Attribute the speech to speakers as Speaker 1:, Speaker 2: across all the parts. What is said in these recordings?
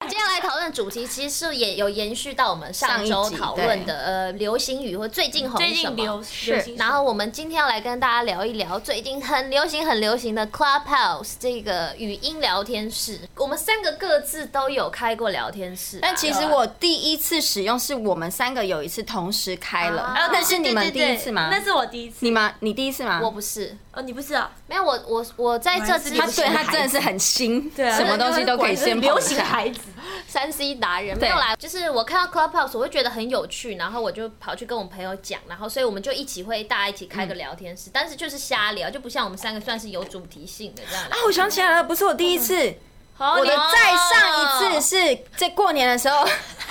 Speaker 1: 的主题其实是也有延续到我们上周
Speaker 2: 上一集
Speaker 1: 讨论的呃流行语或最近红
Speaker 3: 最
Speaker 1: 什
Speaker 3: 近流
Speaker 1: 么。
Speaker 3: 流行什么，
Speaker 1: 然后我们今天要来跟大家聊一聊最近很流行、很流行的 Clubhouse 这个语音聊天室。我们三个各自都有开过聊天室啊，
Speaker 2: 但其实
Speaker 1: 对吧
Speaker 2: 我第一次使用是我们三个有一次同时开了，
Speaker 3: 啊
Speaker 2: 但是你们
Speaker 3: 对
Speaker 2: 第
Speaker 3: 对对
Speaker 2: 一次吗？
Speaker 3: 那是我第一次。
Speaker 2: 你吗？你第一次吗？
Speaker 1: 我不是，
Speaker 3: 哦，你不是啊？
Speaker 1: 没有我我我在这之
Speaker 2: 他对
Speaker 1: 前
Speaker 2: 他真的是很新，
Speaker 3: 对啊，
Speaker 2: 什么东西都可以先碰一下
Speaker 3: 流行孩子，
Speaker 1: 三 C 达人没
Speaker 2: 对
Speaker 1: 有啦，就是我看到 Clubhouse 我会觉得很有趣，然后我就跑去跟我朋友讲，然后所以我们就一起会大家一起开个聊天室，但是就是瞎聊，就不像我们三个算是有主题性的这样
Speaker 2: 啊，我想起来了，不是我第一次，
Speaker 3: 哦
Speaker 2: 我的再上一次是在过年的时候，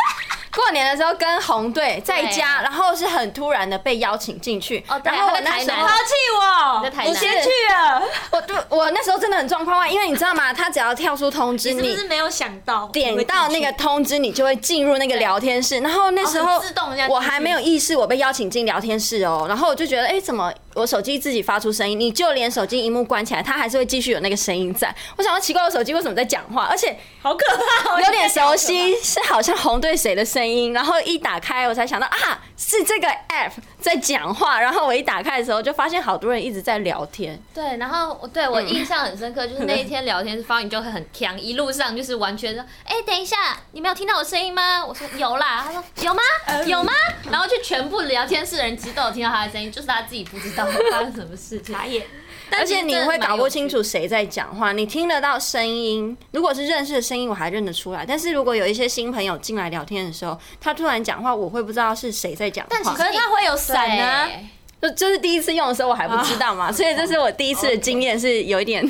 Speaker 2: 过年的时候跟红队在家，然后是很突然的被邀请进去，
Speaker 1: 哦对
Speaker 2: 然后
Speaker 1: 他
Speaker 2: 我
Speaker 1: 在
Speaker 2: 那
Speaker 1: 台
Speaker 2: 时
Speaker 1: 南
Speaker 2: 候
Speaker 3: 抛弃我，啊
Speaker 1: 在台南
Speaker 3: 我先去了。
Speaker 2: 我对我那时候真的很状况外，因为你知道吗？他只要跳出通知，
Speaker 3: 你是不
Speaker 2: 你
Speaker 3: 是没有想到
Speaker 2: 点到那个通知，你就会进入那个聊天室。然后那时
Speaker 3: 哦
Speaker 2: 候
Speaker 3: 很自动这样
Speaker 2: 我还没有意识我被邀请进聊天室哦，然后我就觉得，哎，怎么我手机自己发出声音？你就连手机荧幕关起来，它还是会继续有那个声音在。我想说奇怪，我手机为什么在讲
Speaker 3: 哦
Speaker 2: 话？而且
Speaker 3: 好可怕哦，
Speaker 2: 有点熟悉，是好像红队谁的声音。然后一打开，我才想到啊，是这个 app 在讲话。然后我一打开的时候，就发现好多人一直在聊天。
Speaker 1: 对，然后我对我印象很深刻，就是那一天聊天室，方宇就会很强，一路上就是完全说，哎、等一下，你没有听到我声音吗？我说有啦，他说有吗？有吗？然后就全部聊天室的人其实都有听到他的声音，就是他自己不知道发生什么事 情。
Speaker 3: 打野。
Speaker 1: 但
Speaker 2: 而
Speaker 1: 其
Speaker 2: 且
Speaker 1: 实
Speaker 2: 你
Speaker 1: 真的
Speaker 2: 会
Speaker 1: 蛮
Speaker 2: 搞
Speaker 1: 有
Speaker 2: 不
Speaker 1: 趣
Speaker 2: 清楚谁在讲话，你听得到声音。如果是认识的声音，我还认得出来。但是如果有一些新朋友进来聊天的时候，他突然讲话，我会不知道是谁在讲话。
Speaker 1: 但其
Speaker 3: 可
Speaker 1: 实
Speaker 3: 是它会有伞啊，
Speaker 1: 对
Speaker 2: 就就是第一次用的时候，我还不知道
Speaker 1: 啊
Speaker 2: 嘛，所以这是我第一
Speaker 1: 哦
Speaker 2: 次的经验，是有一点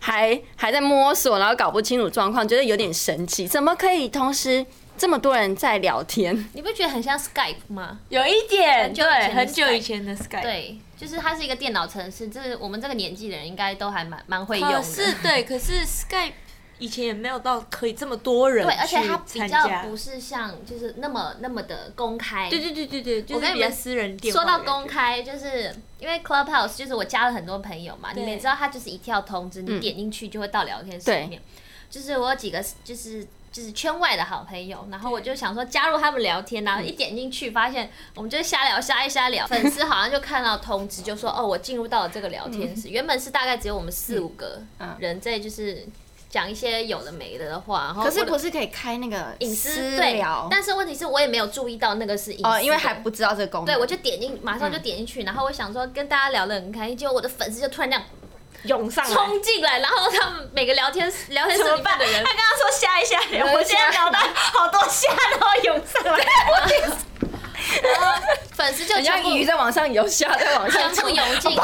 Speaker 2: 还还在摸索，然后搞不清楚状况，觉得有点神奇，怎么可以同时这么多人在聊天？
Speaker 1: 你不觉得很像 Skype 吗？
Speaker 3: 有一点
Speaker 1: 很久以前的
Speaker 3: 对，很久
Speaker 1: Skype
Speaker 3: 以前的啊 Sky，，
Speaker 1: 对，就是它是一个电脑城市，这是我们这个年纪的人应该都还蛮蛮会用
Speaker 3: 可
Speaker 1: 的。
Speaker 3: 是对，可是 Skype 以前也没有到可以这么多人
Speaker 1: 对，而且
Speaker 3: 去
Speaker 1: 它比
Speaker 3: 参
Speaker 1: 较
Speaker 3: 加
Speaker 1: 不是像就是那么那么的公开。
Speaker 3: 对对对对对，就
Speaker 1: 我跟
Speaker 3: 是
Speaker 1: 你
Speaker 3: 比较
Speaker 1: 们
Speaker 3: 私人电话
Speaker 1: 说
Speaker 3: 的
Speaker 1: 到
Speaker 3: 感觉。
Speaker 1: 公开，就是因为 Clubhouse，就是我加了很多朋友嘛，你
Speaker 3: 对
Speaker 1: 们也知道，它就是一跳通知，你点进去就会到聊天室
Speaker 2: 嗯对
Speaker 1: 里面。就是我有几个就是。就是圈外的好朋友，然后我就想说加入他们聊天，
Speaker 2: 嗯
Speaker 1: 然后一点进去发现我们就瞎聊瞎一瞎 聊，粉丝好像就看到通知就说哦我进入到了这个聊天
Speaker 2: 嗯
Speaker 1: 室，原本是大概只有我们四五个人在就是讲一些有的没的的话，然后
Speaker 2: 可是
Speaker 1: 我的
Speaker 2: 不是可以开那个
Speaker 1: 隐
Speaker 2: 私
Speaker 1: 私对
Speaker 2: 聊，？
Speaker 1: 但是问题是我也没有注意到那个是隐私
Speaker 2: 哦，因为还
Speaker 1: 的
Speaker 2: 不知道这个功能。
Speaker 3: 嗯
Speaker 1: 对，我就点进，马上就点进去，然后我想说跟大家聊得很开心，结果我的粉丝就突然这样
Speaker 3: 涌上来，
Speaker 1: 冲进来，然后他们每个聊天聊天室
Speaker 3: 怎么
Speaker 1: 里
Speaker 3: 办？
Speaker 1: 面
Speaker 3: 他
Speaker 1: 的
Speaker 3: 刚
Speaker 1: 人，
Speaker 3: 刚说下一下聊，
Speaker 2: 对
Speaker 3: 我现在聊到好多下，然后涌上来。
Speaker 1: 粉丝就
Speaker 2: 很
Speaker 1: 全部
Speaker 2: 像鱼在往上游，虾在往 上
Speaker 1: 全部
Speaker 2: 冲。
Speaker 1: 涌进，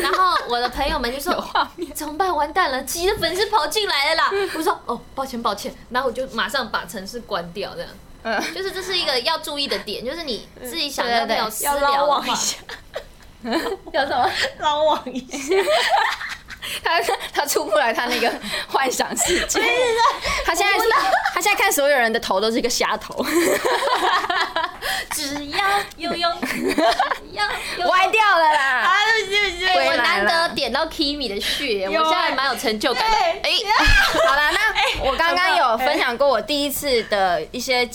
Speaker 1: 然后我的朋友们就 说哦怎么办？完蛋了，奇的粉丝跑进来了啦！我说哦，抱歉抱歉，然后我就马上把城市关掉，这样。
Speaker 2: 嗯，
Speaker 1: 就是这是一个要注意的点，就是你自己想
Speaker 2: 对对
Speaker 1: 要没有
Speaker 2: 对
Speaker 1: 私
Speaker 3: 要
Speaker 1: 聊
Speaker 3: 捞
Speaker 1: 的
Speaker 3: 网一
Speaker 1: 话
Speaker 3: 下，
Speaker 2: 有什么？
Speaker 3: 捞网一下。
Speaker 2: 他他出不来他那个幻想世界。他现在是他现在看所有人的头都是一个虾头，
Speaker 1: 只要悠悠，只 要悠悠
Speaker 2: 歪掉了啦。
Speaker 3: 啊，对不起对不起对不起，
Speaker 1: 我
Speaker 2: 回来
Speaker 1: 难
Speaker 2: 了
Speaker 1: 得点到 Kimi 的血，我
Speaker 3: 有
Speaker 1: 现在
Speaker 3: 哎
Speaker 1: 还蛮有成就感的。
Speaker 3: 哎，
Speaker 2: 好啦，那我刚刚有分享过我第一次的一些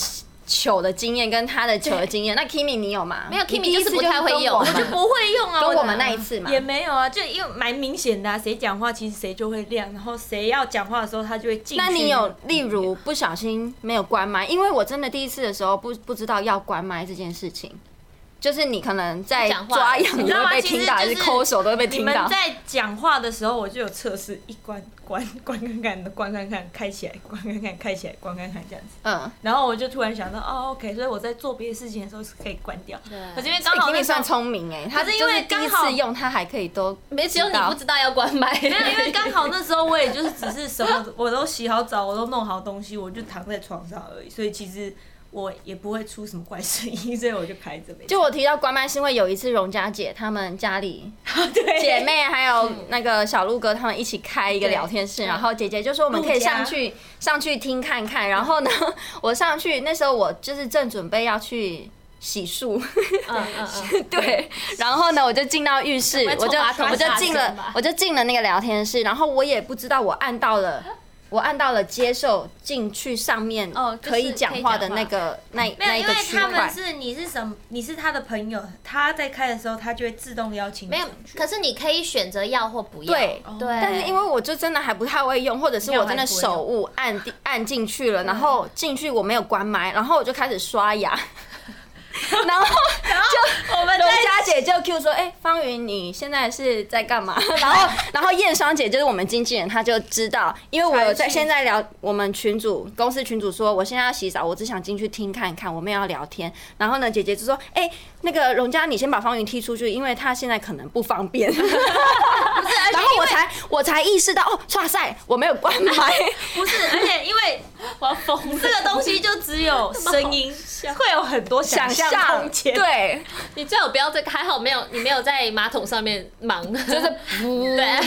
Speaker 2: 糗的经验，跟他的糗的经验。那 Kimi 你有吗？
Speaker 1: 没有，Kimi
Speaker 2: 你第一
Speaker 1: 就
Speaker 2: 次
Speaker 1: 是不太会用
Speaker 2: 就
Speaker 3: 我
Speaker 2: 是
Speaker 3: 就
Speaker 2: 跟我们
Speaker 3: 不会用啊。
Speaker 2: 跟我
Speaker 3: 的
Speaker 2: 们那一次嘛
Speaker 3: 也没有啊，就因为蛮明显的啊，谁讲话其实谁就会亮，然后谁要讲话的时候他就会进去。
Speaker 2: 那你有例如不小心没有关麦？因为我真的第一次的时候不不知道要关麦这件事情，就是你可能在
Speaker 1: 讲话
Speaker 2: 抓痒
Speaker 3: 你
Speaker 2: 也
Speaker 3: 知道
Speaker 2: 会
Speaker 3: 吗
Speaker 2: 被听到，还
Speaker 3: 其实
Speaker 2: 是
Speaker 3: 就是
Speaker 2: 抠手都会被
Speaker 3: 你
Speaker 2: 听
Speaker 3: 们
Speaker 2: 到。
Speaker 3: 在讲话的时候，我就有测试一关关关看看的关看看开起来，关看看开起来，关看看这样子。
Speaker 2: 嗯，
Speaker 3: 然后我就突然想到，哦，OK，所以我在做别的事情的时候是可以关掉。
Speaker 1: 对
Speaker 3: 可是因为刚好
Speaker 2: Kimi
Speaker 3: 那时候
Speaker 2: 算聪明哎，他
Speaker 3: 可
Speaker 2: 就是
Speaker 3: 因为
Speaker 2: 是第一
Speaker 3: 刚好
Speaker 2: 次用，他还可以都
Speaker 1: 没只有你
Speaker 2: 知道
Speaker 1: 不知道要关麦，
Speaker 3: 没有，因 为刚好那时候我也就是只是什么我都洗好澡，我都弄好东西，我就躺在床上而已，所以其实我也不会出什么怪声音，所以我就开着呗。
Speaker 2: 就我提到关麦，是因为有一次荣佳姐她们家里
Speaker 3: 对
Speaker 2: 姐妹还有那个小鹿哥他们一起开一个聊天室，
Speaker 3: 对
Speaker 2: 然后姐姐就说我们可以上去上去听看看。然后呢， 我上去那时候我就是正准备要去洗漱，
Speaker 1: 嗯嗯嗯，
Speaker 2: 对，然后呢我就进到浴室，
Speaker 1: 会
Speaker 2: 我
Speaker 1: 冲
Speaker 2: 就
Speaker 1: 马桶
Speaker 2: 我就
Speaker 1: 大
Speaker 2: 进
Speaker 1: 声
Speaker 2: 了
Speaker 1: 吧
Speaker 2: 我就进了那个聊天室，然后我也不知道我按到了。我按到了接受进去上面
Speaker 1: 哦就是
Speaker 2: 可以讲话的那个那
Speaker 3: 没有，
Speaker 2: 那一
Speaker 3: 因
Speaker 2: 个
Speaker 3: 为
Speaker 2: 区
Speaker 3: 他们
Speaker 2: 块，
Speaker 3: 是你是什么？你是他的朋友，他在开的时候，他就会自动邀请你
Speaker 1: 没有
Speaker 3: 进去。，
Speaker 1: 可是你可以选择要或不要。
Speaker 2: 对
Speaker 1: 对，
Speaker 2: 但是因为我就真的还不太会用，或者是我真的手误按地按进去
Speaker 3: 嗯
Speaker 2: 了，然后进去我没有关麦，然后我就开始刷牙， 然后
Speaker 3: 就我们
Speaker 2: 刘
Speaker 3: 在
Speaker 2: 佳姐就 Q 说：“哎、方云，你现在是在干嘛？” 然后，然后燕双姐就是我们经纪人，她就知道，因为我有在
Speaker 3: 传讯
Speaker 2: 现在聊我们群主公司群主说，我现在要洗澡，我只想进去听看看，我们要聊天。然后呢，姐姐就说：“哎、那个荣佳，你先把方云踢出去，因为她现在可能不方便。” 然后我才我才意识到，哦，哇塞，我没有关麦。
Speaker 3: 不是，而且因为
Speaker 1: 我要疯了
Speaker 3: 这个东西就只 有声音，会有很多 想象空间。，
Speaker 2: 对，
Speaker 1: 你最好不要这个，还好没有你没有在马桶上面忙， 就是
Speaker 2: 对，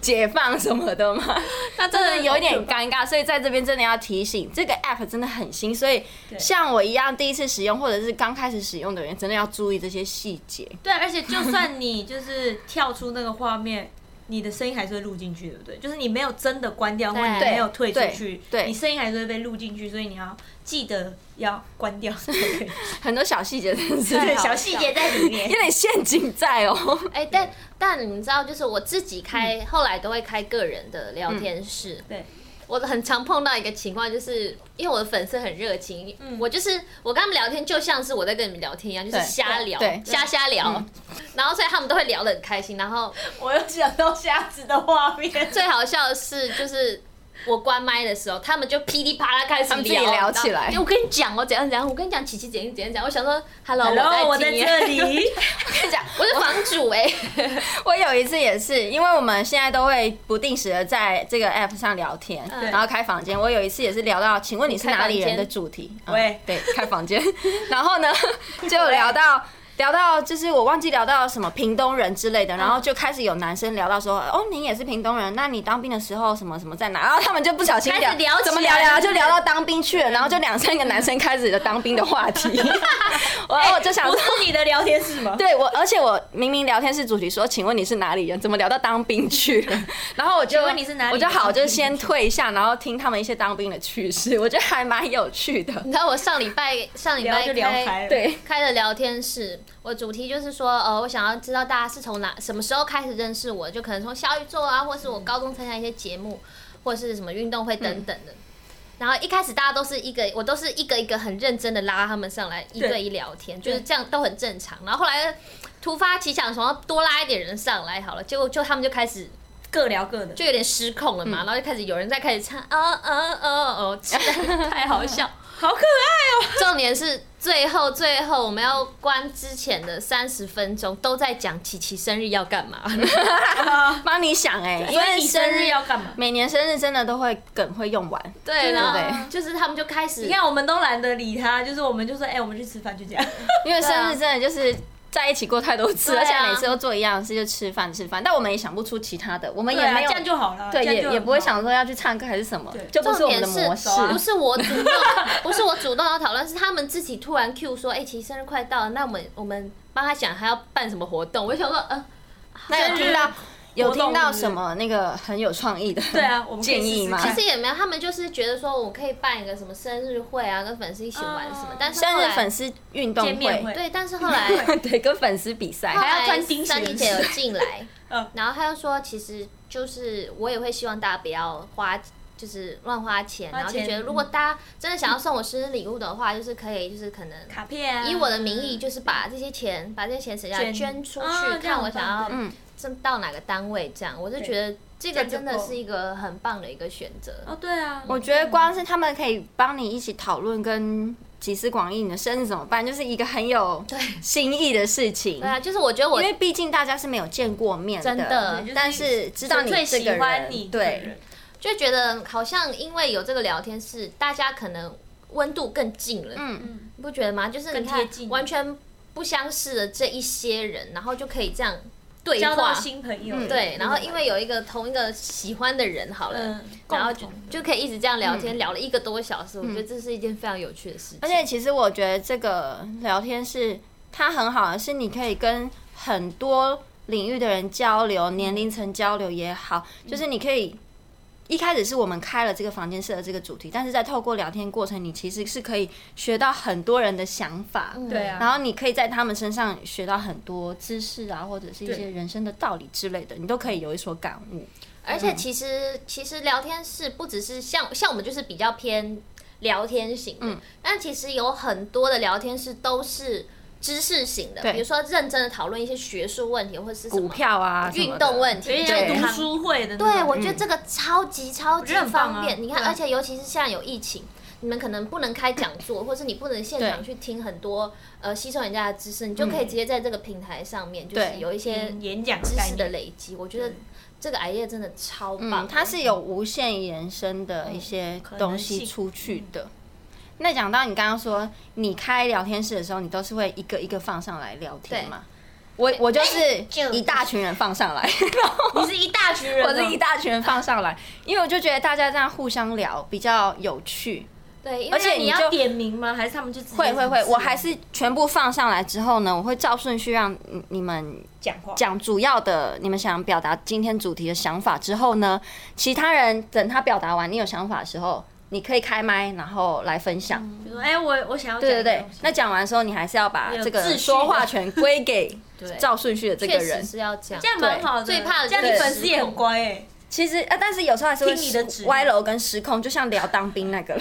Speaker 2: 解放什么的 嘛，那真的有一点尴尬，所以在这边真的要提醒，这个 app 真的很新，所以像我一样第一次使用或者是刚开始使用的人，真的要注意这些细节。
Speaker 3: 对，而且就算你就是跳出那个画面，你的声音还是会录进去，对不对？就是你没有真的关掉，或
Speaker 1: 对
Speaker 3: 者你没有退出去，
Speaker 2: 对对
Speaker 3: 你声音还是会被录进去，所以你要记得要关 掉。对
Speaker 2: 很多小细节真的是
Speaker 3: 对，
Speaker 2: 有
Speaker 3: 小细节在里面。
Speaker 2: 点陷阱在哦。
Speaker 1: 哎、但但你知道，就是我自己开，
Speaker 2: 嗯
Speaker 1: 后来都会开个人的聊天室。
Speaker 3: 对，
Speaker 1: 我很常碰到一个情况，就是因为我的粉丝很热情，我就是我跟他们聊天，就像是我在跟你们聊天一样，就是
Speaker 2: 嗯对
Speaker 1: 瞎聊
Speaker 2: 对，嗯
Speaker 1: 瞎瞎聊， 然后所以他们都会聊得很开心。然后
Speaker 3: 我又想到瞎子的画 面，
Speaker 1: 最好笑的是，就是我关麦的时候，他们就噼里啪啦开始
Speaker 2: 他们自己
Speaker 1: 聊
Speaker 2: 聊起来
Speaker 1: 你知道吗我跟你讲哦，怎样怎样，我跟你讲，琪琪怎样怎样怎样，我想说，Hello，
Speaker 3: 然后
Speaker 1: 我
Speaker 3: 我
Speaker 1: 在
Speaker 3: 在
Speaker 1: 听
Speaker 3: 这里，
Speaker 2: 跟你讲，
Speaker 1: 我是房主哎、
Speaker 2: 我有一次也是，因为我们现在都会不定时的在这个 app 上聊天，
Speaker 1: 嗯
Speaker 2: 然后开房间。我有一次也是聊到，请问你是哪里人的主题？
Speaker 3: 开房间
Speaker 2: 嗯对，开房间。 然后呢，就有聊到。聊到就是我忘记聊到什么屏东人之类的，然
Speaker 1: 嗯
Speaker 2: 后就开始有男生聊到说，哦，您也是屏东人，那你当兵的时候什么什么在哪？然后他们就不小心
Speaker 1: 开
Speaker 2: 聊
Speaker 1: 始聊起来
Speaker 2: 怎么聊聊就聊到当兵去了，然后就两三个男生开始了当兵的话 题， 然后我 就想
Speaker 3: 不
Speaker 2: 说
Speaker 3: 是，你的聊天室吗？
Speaker 2: 对我，而且我明明聊天室主题说，请问你是哪里人？怎么聊到当兵去了？ 然后我就
Speaker 3: 请问你是哪里人
Speaker 2: 我就好，就先退一下，然后听他们一些当兵的趣事，我觉得还蛮有趣 的。
Speaker 1: 你知道我上礼拜上礼拜
Speaker 3: 聊就聊开了
Speaker 2: 对，
Speaker 1: 开了聊天室，我主题就是说，呃，我想要知道大家是从哪什么时候开始认识我，就可能从小宇宙啊，或是我高中参加一些节目，或是什么运动会等等的。然后一开始大家都是一个，我都是一个一个很认真的拉他们上来一对一聊天，就是这样都很正常。然后后来突发奇想，想要多拉一点人上来好了，结果就他们就开始
Speaker 3: 各聊各的。
Speaker 1: 就有点失控了嘛，然后就开始有人在开始唱，哦哦哦哦，实在太好笑。
Speaker 3: 好可爱哦、
Speaker 1: 重点是最后最后我们要关之前的三十分钟都在讲琪琪生日要干 嘛，
Speaker 2: 帮你想哎、因
Speaker 3: 啊所以
Speaker 2: 为
Speaker 3: 你
Speaker 2: 生
Speaker 3: 生日要啊干嘛？
Speaker 2: 每年生日真的都会梗会用 完，
Speaker 1: 对，然
Speaker 2: 对
Speaker 1: 后就是他们就开始
Speaker 3: 你看，我们都懒得理他，就是我们就说，哎、我们去吃饭，就这样。
Speaker 2: 因为生日真的就是。在一起过太多次，
Speaker 1: 对啊
Speaker 2: 而且每次都做一样的事，就吃饭吃饭。但我们也想不出其他的，我们
Speaker 3: 对
Speaker 2: 也
Speaker 3: 啊
Speaker 2: 没有
Speaker 3: 这样就好了，
Speaker 2: 对，
Speaker 3: 这样
Speaker 2: 也
Speaker 3: 就
Speaker 2: 也不会
Speaker 3: 很好
Speaker 2: 想说要去唱歌还是什么
Speaker 3: 对，
Speaker 2: 就不是
Speaker 1: 重
Speaker 2: 我
Speaker 1: 点
Speaker 2: 们的模式
Speaker 1: 是。不是我主动， 不是我主动要讨论，是他们自己突然 Q 说，哎、琪琪生日快到了，那我们我们帮他想还要办什么活动，我就想说，
Speaker 2: 啊
Speaker 1: 嗯、
Speaker 2: 那有听到有听
Speaker 3: 活
Speaker 2: 到
Speaker 3: 动是
Speaker 2: 什么那个很有创意的？
Speaker 3: 对啊我们可以
Speaker 2: 建
Speaker 3: 试
Speaker 2: 议
Speaker 3: 试
Speaker 2: 吗？
Speaker 3: 看
Speaker 1: 其实也没有，他们就是觉得说我可以办一个什么生日会啊，跟粉丝一起玩什么，
Speaker 3: 哦
Speaker 1: 但是
Speaker 2: 啊生
Speaker 1: 后
Speaker 2: 日
Speaker 1: 来
Speaker 2: 粉丝运动
Speaker 3: 见面
Speaker 2: 会，
Speaker 3: 会
Speaker 1: 对，但是后来
Speaker 2: 对，跟粉丝比赛
Speaker 1: 后，
Speaker 3: 哎还要
Speaker 1: 来
Speaker 3: 穿钉鞋
Speaker 1: 珊妮姐有进来
Speaker 3: 嗯，
Speaker 1: 然后她又说，其实就是我也会希望大家不要花。就是乱花钱，
Speaker 3: 花
Speaker 1: 然后就
Speaker 3: 钱
Speaker 1: 觉得如果大家真的想要送我生日礼物的话，就是可以，就是可能
Speaker 3: 卡片、啊，
Speaker 1: 以我的名义，就是把这些钱，把这些钱省下来
Speaker 3: 捐
Speaker 1: 捐出
Speaker 3: 啊
Speaker 1: 去，
Speaker 3: 这样
Speaker 1: 看我
Speaker 3: 很
Speaker 1: 想
Speaker 3: 棒
Speaker 1: 要
Speaker 3: 对
Speaker 1: 嗯这到哪个单位这样。我就
Speaker 3: 对
Speaker 1: 觉得这
Speaker 3: 这
Speaker 1: 个
Speaker 3: 样就
Speaker 1: 真的
Speaker 3: 够
Speaker 1: 是一个很棒的一个选择。
Speaker 3: 哦，对啊，
Speaker 2: 我觉得光是他们可以帮你一起讨论跟集思广益你的生日怎么办，就是一个很有 新意的事情
Speaker 1: 对。啊，就是我觉得我
Speaker 2: 因为毕竟大家是没有见过面
Speaker 1: 真的
Speaker 3: 对
Speaker 2: 但
Speaker 3: 就是
Speaker 2: 知道你
Speaker 3: 最
Speaker 2: 这
Speaker 3: 喜
Speaker 2: 个
Speaker 3: 欢
Speaker 2: 人
Speaker 3: 你，的
Speaker 2: 对
Speaker 3: 人，
Speaker 1: 就觉得好像因为有这个聊天室，大家可能温度更近了。嗯
Speaker 3: 嗯
Speaker 1: 你不觉得吗？就是你
Speaker 3: 更
Speaker 1: 看
Speaker 3: 贴近
Speaker 1: 完全不相识的这一些人，然后就可以这样对
Speaker 3: 交到
Speaker 1: 话。
Speaker 3: 新朋友的人，
Speaker 1: 对，然后因为有一个同一个喜欢的人好了，
Speaker 3: 嗯
Speaker 1: 然后
Speaker 3: 共
Speaker 1: 就
Speaker 3: 同的
Speaker 1: 就可以一直这样聊天，聊了一个多小时，我觉得这是一件非常有趣的事情。
Speaker 2: 嗯而且其实我觉得这个聊天是它很好的，是你可以跟很多领域的人交流，年龄层交流也好，就是你可以一开始是我们开了这个房间设的这个主题，但是在透过聊天过程，你其实是可以学到很多人的想法，
Speaker 1: 嗯
Speaker 3: 对啊
Speaker 2: 然后你可以在他们身上学到很多知识啊，或者是一些人生的道理之类的，你都可以有一所感悟。
Speaker 1: 而
Speaker 2: 嗯
Speaker 1: 且其实其实聊天室不只是像像我们就是比较偏聊天型的，
Speaker 2: 嗯
Speaker 1: 但其实有很多的聊天室都是知识型的，
Speaker 2: 对
Speaker 1: 比如说认真的讨论一些学术问题或是什么
Speaker 2: 股、票啊，什么的嗯
Speaker 1: 运动问题、
Speaker 3: 有点
Speaker 1: 健
Speaker 3: 像
Speaker 1: 康
Speaker 3: 读书会的那种。
Speaker 1: 对，我觉得这个超级超级
Speaker 3: 觉得很棒啊
Speaker 1: 方便。你看，
Speaker 3: 对啊
Speaker 1: 而且尤其是现在有疫情，你们可能不能开讲座，或是你不能现场去听很多呃吸收人家的知识，你就可以直接在这个平台上面，就是
Speaker 2: 嗯对
Speaker 1: 有一些
Speaker 3: 嗯演讲
Speaker 1: 知
Speaker 3: 概
Speaker 1: 识的
Speaker 3: 念
Speaker 1: 累积。我觉得这个 idea 真的超棒
Speaker 2: 嗯，
Speaker 1: 的，
Speaker 2: 它是有无限延伸的一些东西出去的。那讲到你刚刚说，你开聊天室的时候，你都是会一个一个放上来聊天吗？我我就是
Speaker 1: 就
Speaker 2: 一大群人放上来，
Speaker 3: 你是一大群人哦，
Speaker 2: 我是一大群人放上来，因为我就觉得大家这样互相聊比较有趣。
Speaker 1: 对，因
Speaker 2: 而且
Speaker 1: 为
Speaker 2: 你
Speaker 1: 你
Speaker 2: 就
Speaker 1: 要
Speaker 3: 点名吗？还是他们就直接
Speaker 2: 会会会，
Speaker 3: 指
Speaker 2: 我还是全部放上来之后呢，我会照顺序让你你们
Speaker 3: 讲话
Speaker 2: 讲主要的你们想表达今天主题的想法之后呢，其他人等他表达完你有想法的时候，你可以开麦然后来分享。
Speaker 3: 比如说哎、我我想要
Speaker 2: 对对
Speaker 3: 讲一
Speaker 2: 对
Speaker 3: 个东，西
Speaker 2: 那讲完的时候，你还是要把
Speaker 3: 有
Speaker 2: 这个
Speaker 3: 秩序
Speaker 2: 说话
Speaker 3: 的
Speaker 2: 权归给照顺序的这个
Speaker 1: 确实
Speaker 2: 人。
Speaker 1: 是要这样
Speaker 3: 这。样蛮好的，
Speaker 1: 最怕的
Speaker 3: 这样
Speaker 1: 就是
Speaker 3: 你粉丝也很乖 哎、
Speaker 2: 其实啊，但是有时候还是会
Speaker 3: 听你的指令
Speaker 2: 歪楼跟失控，就像聊当兵那个了。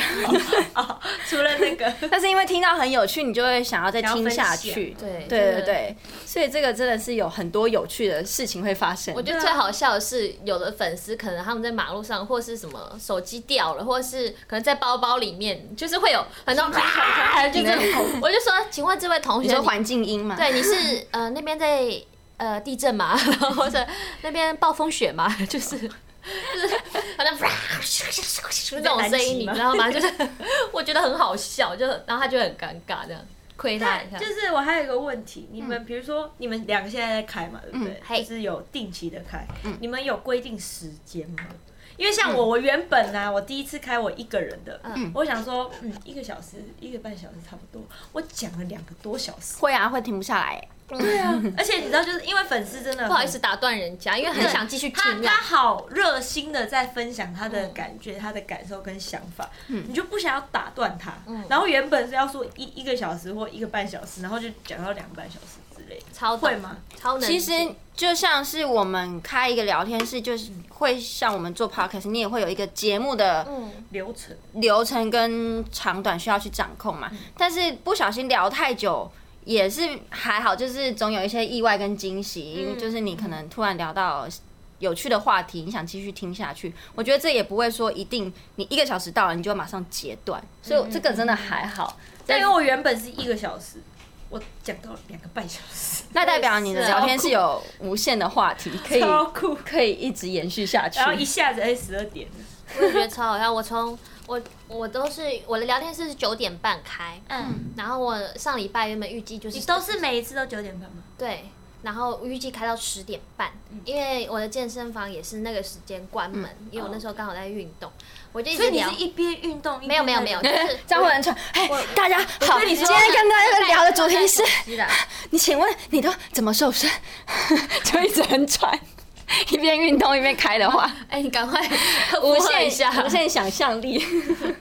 Speaker 3: 哦，除了 那个，
Speaker 2: 但是因为听到很有趣，你就会想要再听下去。
Speaker 1: 想要分享对
Speaker 2: 对
Speaker 1: 真
Speaker 2: 对
Speaker 1: 的
Speaker 2: 对，所以这个真的是有很多有趣的事情会发生。
Speaker 1: 我觉得最好笑的是，有的粉丝可能他们在马路上，或是什么手机掉了，或是可能在包包里面，就是会有很多啪， 就是我就说，请问这位同
Speaker 2: 你
Speaker 1: 学，
Speaker 2: 说
Speaker 1: 你
Speaker 2: 环境音嘛，
Speaker 1: 对，你是呃那边在呃地震嘛， 然后者那边暴风雪嘛， 就是就是好像这种声音，你知道吗？ 就是我觉得很好笑，就然后他就很尴尬这样，亏他一下嗯
Speaker 3: 就。是我还有一个问题，你们比如说你们两个现在在开嘛，对不对？
Speaker 1: 嘿嗯
Speaker 3: 就是有定期的开，你们有规定时间吗？因为像我，我原本呢、我第一次开我一个人的，我想说，嗯，一个小时、一个半小时差不多，我讲了两个多小 时，
Speaker 2: 会啊，会停不下来。
Speaker 3: 对啊，而且你知道，就是因为粉丝真的
Speaker 1: 不好意思打断人家，因为很想继续
Speaker 3: 他
Speaker 1: 听
Speaker 3: 他
Speaker 1: 啊。
Speaker 3: 好热心的在分享他的感觉、他的感受跟想法，你就不想要打断他。然后原本是要说一一个小时或一个半小时，然后就讲到两个半小时之类的，
Speaker 1: 超懂
Speaker 3: 会吗？
Speaker 1: 超能
Speaker 2: 其
Speaker 1: 理解，
Speaker 2: 实就像是我们开一个聊天室，就是会像我们做 podcast，你也会有一个节目的
Speaker 1: 嗯，
Speaker 3: 流程
Speaker 2: 流程跟长短需要去掌控嘛。但是不小心聊太久。也是还好，就是总有一些意外跟惊喜，
Speaker 1: 嗯
Speaker 2: 就是你可能突然聊到有趣的话题，你想继续听下去，我觉得这也不会说一定你一个小时到了你就马上截断，所以这个真的还好。
Speaker 3: 但因为我原本是一个小时，我讲到两个半小时，
Speaker 2: 那代表你的聊天是有无限的话题，可以
Speaker 3: 超酷。
Speaker 2: 可以一直延续下去
Speaker 3: 然。后一下子哎，十二点了，
Speaker 1: 我也觉得超好笑。我从我我都是我的聊天室是九点半开，
Speaker 3: 嗯，
Speaker 1: 然后我上礼拜原本预计就是
Speaker 3: 你都是每一次都九点半吗？
Speaker 1: 对，然后预计开到十点半，
Speaker 3: 嗯
Speaker 1: 因为我的健身房也是那个时间关门，因为我那时候刚好在运动，我就一
Speaker 3: 所
Speaker 1: 直
Speaker 3: 以你
Speaker 1: 聊
Speaker 3: 是。一边运动，
Speaker 1: 没有没有 没有，就是
Speaker 2: 张慧兰传，哎，大家好，
Speaker 1: 跟你
Speaker 2: 今
Speaker 1: 说
Speaker 2: 天跟大家聊的主题是，
Speaker 1: 是的，
Speaker 2: 你请问你都怎么瘦身？ 就一直很喘， 一边运动一边开的话，
Speaker 1: 哎，你 赶快
Speaker 2: 无
Speaker 1: 无限
Speaker 2: 限
Speaker 1: 一下，
Speaker 2: 无限想象力。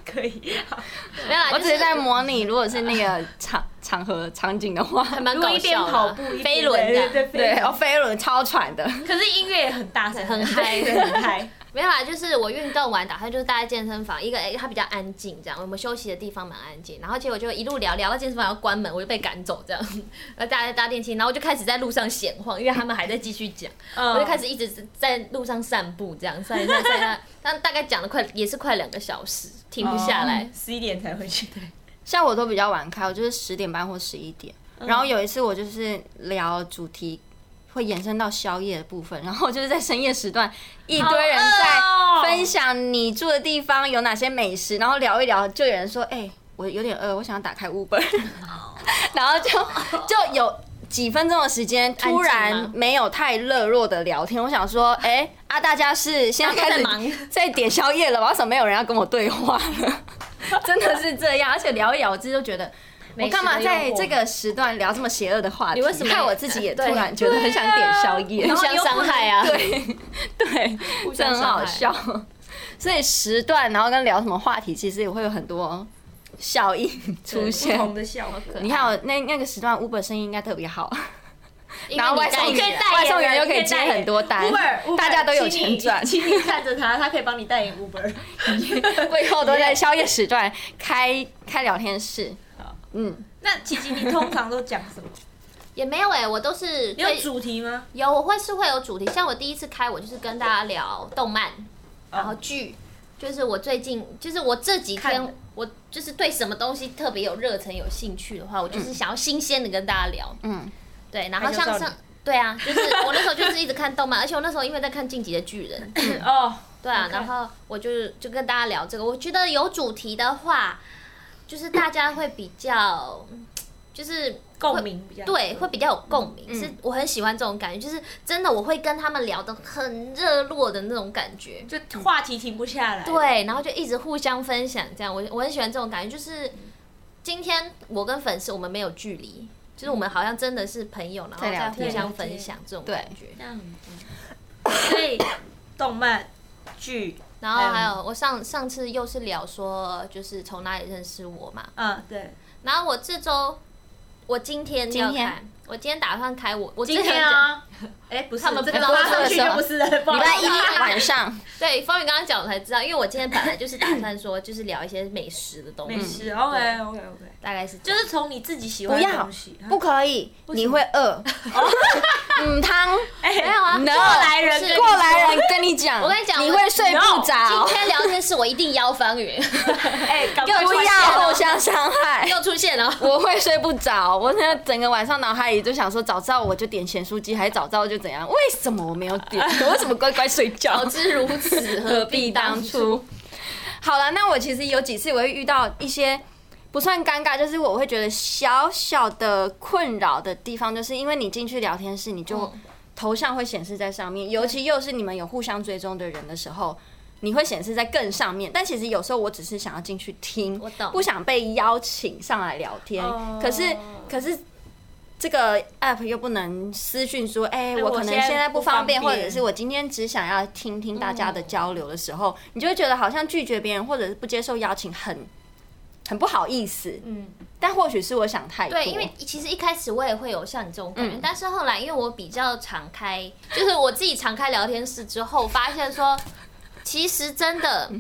Speaker 3: 可以。好
Speaker 1: 没有啦，
Speaker 2: 我
Speaker 1: 就
Speaker 2: 只
Speaker 1: 是
Speaker 2: 是在模拟，如果是那个场场合场景的话，
Speaker 1: 还蛮
Speaker 3: 如
Speaker 1: 搞
Speaker 3: 果一边
Speaker 1: 笑的啊
Speaker 3: 跑步，一边
Speaker 1: 飞轮
Speaker 3: 对
Speaker 1: 的，
Speaker 3: 对
Speaker 2: 对，
Speaker 3: 对
Speaker 2: 哦，。飞轮超喘的，
Speaker 3: 可是音乐也很大声，
Speaker 1: 很嗨
Speaker 3: 对 很嗨。
Speaker 1: 没有啦，就是我运动完打算就是待在健身房，一个哎它比较安静这样，我们休息的地方蛮安静，然后结果就一路聊聊到健身房要关门，我就被赶走这样， 然后大家在搭电梯，然后我就开始在路上闲晃，因为他们还在继续讲，我
Speaker 3: 我
Speaker 1: 就开始一直在路上散步，这样散散散散，但大概讲了快也是快两个小时，停不下来。
Speaker 3: 嗯十一点才回去。
Speaker 2: 像我都比较晚开，我就是十点半或十一点。
Speaker 1: 嗯
Speaker 2: 然后有一次我就是聊主题，会延伸到宵夜的部分，然后就是在深夜时段，一堆人
Speaker 3: 好饿哦
Speaker 2: 在分享你住的地方有哪些美食，然后聊一聊，就有人说：“哎、我有点饿，我想要打开 Uber。”然后就就有几分钟的时间，
Speaker 1: 静
Speaker 2: 突然
Speaker 1: 吗
Speaker 2: 没有太热络的聊天，我想说：“哎、啊，大家是现在
Speaker 1: 大家都
Speaker 2: 开
Speaker 1: 在
Speaker 2: 始
Speaker 1: 忙
Speaker 2: 在点宵夜了，为什么没有人要跟我对话了？” 真的是这样，而且聊一聊，我自己都觉得。我干嘛在这个时段聊这么邪恶的话题？
Speaker 1: 你为什么
Speaker 2: 害我自己也突
Speaker 1: 对
Speaker 2: 然觉得很想点宵夜
Speaker 1: 互？
Speaker 3: 然后
Speaker 1: 相伤害啊？
Speaker 2: 对对，
Speaker 1: 相
Speaker 2: 真
Speaker 1: 伤害
Speaker 2: 好笑。所以时段，然后跟聊什么话题，其实也会有很多效应出
Speaker 3: 不同
Speaker 2: 现。
Speaker 3: 的效果。
Speaker 2: 你看我那那个时段，Uber 生意应该特别好，
Speaker 1: 因为
Speaker 2: 然后
Speaker 1: 你
Speaker 2: 外
Speaker 1: 代
Speaker 2: 送
Speaker 1: 言
Speaker 2: 员
Speaker 1: 人
Speaker 2: 外送员又可以接很多单
Speaker 3: Uber，
Speaker 2: 大家都有钱赚。
Speaker 3: 请你请你看着他，他可以帮你代言 Uber。
Speaker 2: 我以后都在宵夜时段开开聊天室
Speaker 3: 好。
Speaker 2: 嗯，
Speaker 3: 那琪琪，你通常都讲什 么？
Speaker 1: 也没有哎、我都是
Speaker 3: 你有
Speaker 1: 最
Speaker 3: 主题吗？
Speaker 1: 有我会是会有主题，像我第一次开，我就是跟大家聊动漫，
Speaker 3: 嗯
Speaker 1: 然后剧，就是我最近就是我这几
Speaker 3: 看的
Speaker 1: 天我就是对什么东西特别有热忱、有兴趣的话，我就是想要新鲜的跟大家聊。
Speaker 2: 嗯，
Speaker 1: 对，然后
Speaker 3: 嗯还有
Speaker 1: 像
Speaker 3: 道
Speaker 1: 上
Speaker 3: 理。
Speaker 1: 对啊，就是我那时候就是一直看动漫，而且我那时候因为在看《进击的巨人》，
Speaker 2: 哎
Speaker 3: 哦，
Speaker 1: 对啊，
Speaker 3: OK
Speaker 1: 然后我就就跟大家聊这个。我觉得有主题的话，就是大家会比较，就是
Speaker 3: 共鸣比较
Speaker 1: 对，会比较有共鸣。
Speaker 2: 嗯
Speaker 1: 是我很喜欢这种感觉，就是真的我会跟他们聊得很热络的那种感觉。
Speaker 3: 就话题停不下来。，
Speaker 1: 对，然后就一直互相分享，这样我我很喜欢这种感觉，就是今天我跟粉丝我们没有距离，就是我们好像真的是朋友，然后
Speaker 2: 在聊
Speaker 1: 再
Speaker 2: 天
Speaker 1: 互相分享这种
Speaker 2: 对
Speaker 1: 感觉。
Speaker 3: 这样很棒。嗯所以动漫剧，
Speaker 1: 然后还
Speaker 3: 还有
Speaker 1: 有我上上次又是聊说，就是从哪里认识我嘛，
Speaker 3: 嗯，对，
Speaker 1: 然后啊我这周我今天要
Speaker 2: 今天
Speaker 1: 开，我今天打算开我我
Speaker 3: 今
Speaker 1: 之前
Speaker 3: 天
Speaker 1: 有讲，
Speaker 3: 啊，哎，不是，
Speaker 1: 他们
Speaker 3: 这个
Speaker 1: 不知道
Speaker 3: 发上去就不是了，礼
Speaker 2: 礼拜一晚上，
Speaker 1: 对，方宇刚刚讲我才知道，因为我今天本来就是打算说就是聊一些美食的东西，
Speaker 3: 美食，OK OK OK，
Speaker 1: 大概是这
Speaker 3: 就
Speaker 1: 样
Speaker 3: 是从你自己喜
Speaker 2: 不
Speaker 3: 欢的
Speaker 2: 要
Speaker 3: 东西，，啊
Speaker 2: 不可以，你会饿。嗯，汤。
Speaker 3: 哎，
Speaker 1: 没有啊，
Speaker 2: No
Speaker 1: 过来人
Speaker 2: 是
Speaker 1: 跟你
Speaker 2: 过来人跟你讲，
Speaker 1: 我跟你讲
Speaker 2: 你
Speaker 1: 我
Speaker 2: 会睡不着
Speaker 1: 今，天聊天室我一定邀方 宇，
Speaker 3: 哎，赶快
Speaker 1: 给我
Speaker 2: 不
Speaker 1: 出
Speaker 2: 要
Speaker 1: 现哦
Speaker 2: 互相伤害。
Speaker 1: 又出现了。
Speaker 2: 我会睡不着，我那整个晚上脑海里就想说，早知道我就点咸酥鸡，还是早知道就怎样？为什么我没有 点？为什么乖乖睡觉？
Speaker 1: 早知如此，何必当初？？
Speaker 2: 好了，那我其实有几次我会遇到一些不算尴尬，就是我会觉得小小的困扰的地方，就是因为你进去聊天室，你就
Speaker 1: 嗯
Speaker 2: 头像会显示在上面，尤其又是你们有互相追踪的人的时候。你会显示在更上面，但其实有时候我只是想要进去听，
Speaker 1: 我懂
Speaker 2: 不想被邀请上来聊天。
Speaker 3: 哦
Speaker 2: 可是，可是这个 app 又不能私讯说，哎、
Speaker 3: 哎
Speaker 2: 我
Speaker 3: 我
Speaker 2: 可能
Speaker 3: 现在
Speaker 2: 现在
Speaker 3: 不
Speaker 2: 不方便，
Speaker 3: 方
Speaker 2: 或
Speaker 3: 便
Speaker 2: 者是我今天只想要听听大家的交流的时候，你就会觉得好像拒绝别人或者是不接受邀请很很不好意思。
Speaker 3: 嗯，
Speaker 2: 但或许是我想太多，
Speaker 1: 对，因为其实一开始我也会有像你这种感觉，
Speaker 2: 嗯
Speaker 1: 但是后来因为我比较常开，就是我自己常开聊天室之后，发现说，其实真的，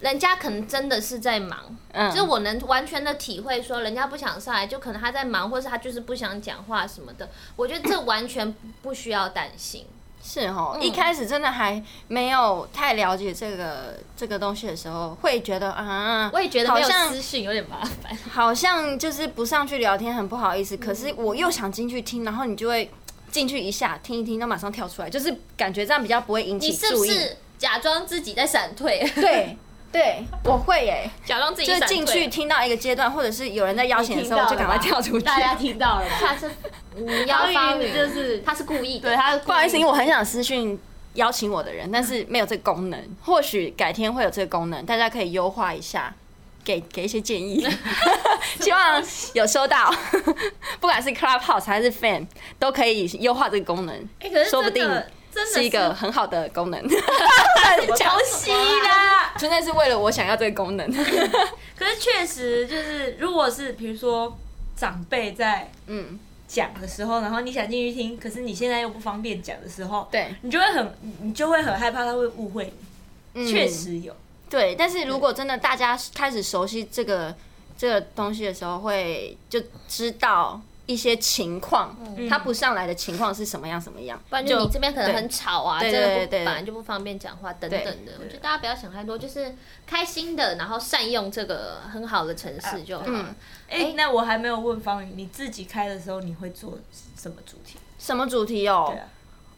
Speaker 1: 人家可能真的是在忙，
Speaker 2: 嗯
Speaker 1: 就是我能完全的体会说，人家不想上来，就可能他在忙，或是他就是不想讲话什么的。我觉得这完全不需要担心。
Speaker 2: 是哦，
Speaker 1: 嗯
Speaker 2: 一开始真的还没有太了解这个这个东西的时候，会觉得啊，
Speaker 1: 我也觉得
Speaker 2: 好
Speaker 1: 没有
Speaker 2: 像
Speaker 1: 私讯有点麻烦，
Speaker 2: 好像就是不上去聊天很不好意思，可
Speaker 1: 嗯
Speaker 2: 是我又想进去听，然后你就会。进去一下听一听，然后马上跳出来，就是感觉这样比较不会引
Speaker 1: 你
Speaker 2: 起
Speaker 1: 是不
Speaker 2: 注意。
Speaker 1: 是假装自己在闪退？
Speaker 2: 对对，我会耶、
Speaker 1: 假装自己
Speaker 2: 就
Speaker 1: 闪
Speaker 2: 是
Speaker 1: 退
Speaker 2: 进去听到一个阶段，或者是有人在邀请的时候，我就赶快跳出去。
Speaker 3: 大家听到了吧？
Speaker 1: 他是你要方
Speaker 3: 宇
Speaker 1: 云，
Speaker 3: 就是
Speaker 1: 他是故意的，
Speaker 3: 对他，不
Speaker 2: 不好意思，因为我很想私讯邀请我的人，但是没有这个功能。或许改天会有这个功能，大家可以优化一下，给给一些建议。 希望有收到， 不管是 Clubhouse 还是 Fan，都可以优化这个功能，
Speaker 3: 哎，可是
Speaker 2: 说不
Speaker 3: 真的
Speaker 2: 定
Speaker 3: 真的
Speaker 2: 是一个很好的功能。
Speaker 3: 调戏啦。
Speaker 2: 纯粹是为了我想要这个功能。
Speaker 3: 可是确实就是，如果是比如说长辈在
Speaker 2: 嗯，
Speaker 3: 讲的时候，然后你想进去听，可是你现在又不方便讲的时候，
Speaker 2: 对，
Speaker 3: 你就会很你你就会很害怕他会误会你。确、实有，
Speaker 2: 对，但是如果真的大家开始熟悉这个这个东西的时候，会就知道一些情况，
Speaker 3: 嗯
Speaker 2: 他不上来的情况是什么样什么样。
Speaker 1: 不然就你这边可能很吵啊，真
Speaker 2: 对
Speaker 1: 的
Speaker 2: 对
Speaker 1: 不
Speaker 2: 对对
Speaker 1: 本来就不方便讲话等等的。我觉得大家不要想太多，就是开心的，然后善用这个很好的城市就好。
Speaker 2: 嗯
Speaker 3: 哎、那我还没有问方宇，你自己开的时候你会做什么主题？
Speaker 2: 什么主题哦
Speaker 3: 对？啊，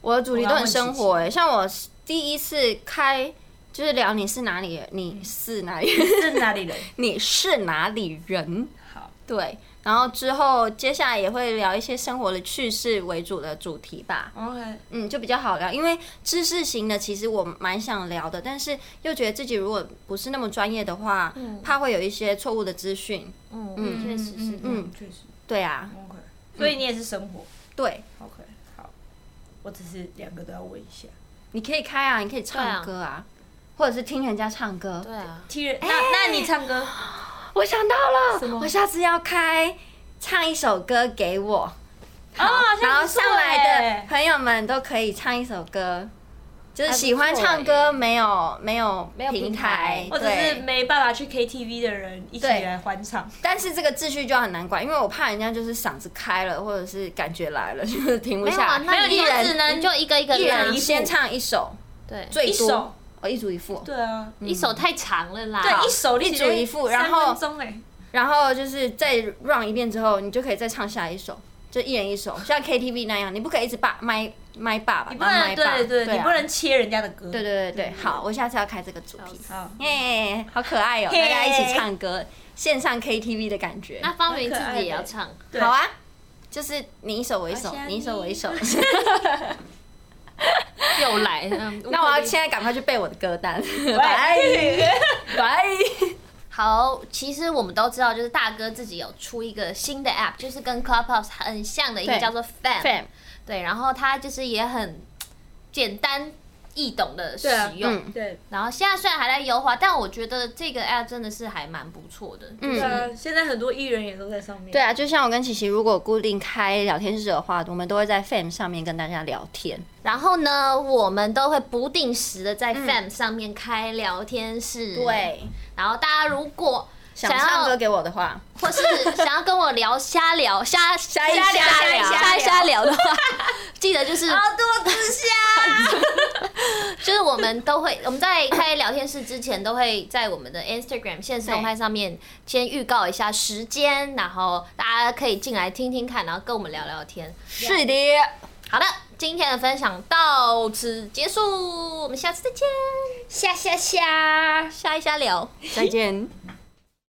Speaker 2: 我的主题都很生活
Speaker 3: 我要
Speaker 2: 哎、
Speaker 3: 问
Speaker 2: 像我第一次开就是聊你是哪里人，你 是哪里人，
Speaker 3: 是哪里人？
Speaker 2: 你是哪里人？
Speaker 3: 好，
Speaker 2: 对，然后之后接下来也会聊一些生活的趣事为主的主题吧。
Speaker 3: OK，
Speaker 2: 嗯，就比较好聊，因为知识型的其实我蛮想聊的，但是又觉得自己如果不是那么专业的话，怕会有一些错误的资讯。
Speaker 1: 嗯嗯，确实是。嗯，
Speaker 3: 确实
Speaker 2: 对啊，
Speaker 3: OK。所以你也是生活
Speaker 2: 对，
Speaker 3: OK，好，我只是两个都要问一下。
Speaker 2: 哎你可以开啊，你可以
Speaker 1: 对
Speaker 2: 唱
Speaker 1: 啊
Speaker 2: 歌啊，或者是听人家唱歌。
Speaker 1: 对啊，
Speaker 3: 踢人，那那你唱歌，
Speaker 2: 我想到
Speaker 3: 什
Speaker 2: 了，
Speaker 3: 么
Speaker 2: 我下次要开唱一首歌给我，
Speaker 3: 啊
Speaker 2: 然后上来
Speaker 1: 欸
Speaker 2: 的，朋友们都可以唱一像不错欸一首歌。就是喜欢唱歌没有没有
Speaker 1: 欸没有平台
Speaker 3: 或者是
Speaker 2: 对
Speaker 3: 没办法去 KTV 的人一起
Speaker 2: 对
Speaker 3: 来欢唱，
Speaker 2: 但是这个秩序就很难管，因为我怕人家就是嗓子开了，或者是感觉来了，就是停不
Speaker 1: 没有
Speaker 2: 下
Speaker 1: 啊，
Speaker 2: 来。
Speaker 1: 那
Speaker 2: 一
Speaker 1: 你就只
Speaker 2: 人嗯
Speaker 1: 能就一个一个啊
Speaker 2: 一
Speaker 1: 拉
Speaker 2: 人先唱一首，
Speaker 1: 对，
Speaker 2: 最
Speaker 3: 一首
Speaker 2: 多哦一组一副，
Speaker 3: 对啊，
Speaker 1: 一首太长了啦，
Speaker 3: 对，一首
Speaker 2: 一
Speaker 3: 你
Speaker 2: 组一副然后
Speaker 3: 三分钟哎，
Speaker 2: 然后就是再 run 一遍之后，你就可以再唱下一首，就一人一首，像 KTV 那样，你不可以一直霸麦麦霸吧？
Speaker 3: 你不
Speaker 2: 当
Speaker 3: 能
Speaker 2: 麦霸
Speaker 3: 对对，
Speaker 2: 对啊，
Speaker 3: 你不能切人家的歌，
Speaker 2: 对对对对，好，我下次要开这个主题，
Speaker 3: 好，
Speaker 2: 耶，好可爱哦，
Speaker 3: 嘿
Speaker 2: 大家一起唱歌，线上 KTV 的感觉，
Speaker 1: 那方明自己也要唱，
Speaker 3: 对
Speaker 2: 好啊，就是你一手我一手
Speaker 3: 我想，
Speaker 2: 你一手我一手。
Speaker 1: 又来。嗯
Speaker 2: 那我要现在赶快去背我的歌单， 拜
Speaker 3: 喂，
Speaker 2: 拜。
Speaker 1: 好，其实我们都知道，就是大哥自己有出一个新的 app，就是跟 Clubhouse 很像的一个
Speaker 2: 对
Speaker 1: 叫做 Fam，对，然后它就是也很简单易懂的使
Speaker 3: 对啊
Speaker 1: 用。
Speaker 2: 嗯
Speaker 3: 对。
Speaker 1: 然后现在虽然还在优化，但我觉得这个 app 真的是还蛮不错的。嗯，
Speaker 3: 对啊，现在很多艺人也都在上面。
Speaker 2: 对啊，就像我跟琪琪，如果固定开聊天室的话，我们都会在 Fam 上面跟大家聊天。
Speaker 1: 然后呢，我们都会不定时的在 Fam 上面开聊天室。，然后大家如果想
Speaker 2: 想唱歌
Speaker 1: 要，
Speaker 2: 给我的话，
Speaker 1: 或是想要跟我聊瞎聊瞎瞎
Speaker 2: 一瞎聊
Speaker 1: 瞎一瞎聊的话，记得就是
Speaker 3: 好多之
Speaker 1: 就是我们都会，我们在开聊天室之前，都会在我们的 Instagram 现实动态上面先预告一下时间，然后大家可以进来听听看，然后跟我们聊聊天。
Speaker 2: 是的，
Speaker 1: 好的，今天的分享到此结束，我们下次再见，
Speaker 2: 下下下，
Speaker 1: 下一下聊。
Speaker 2: 再见。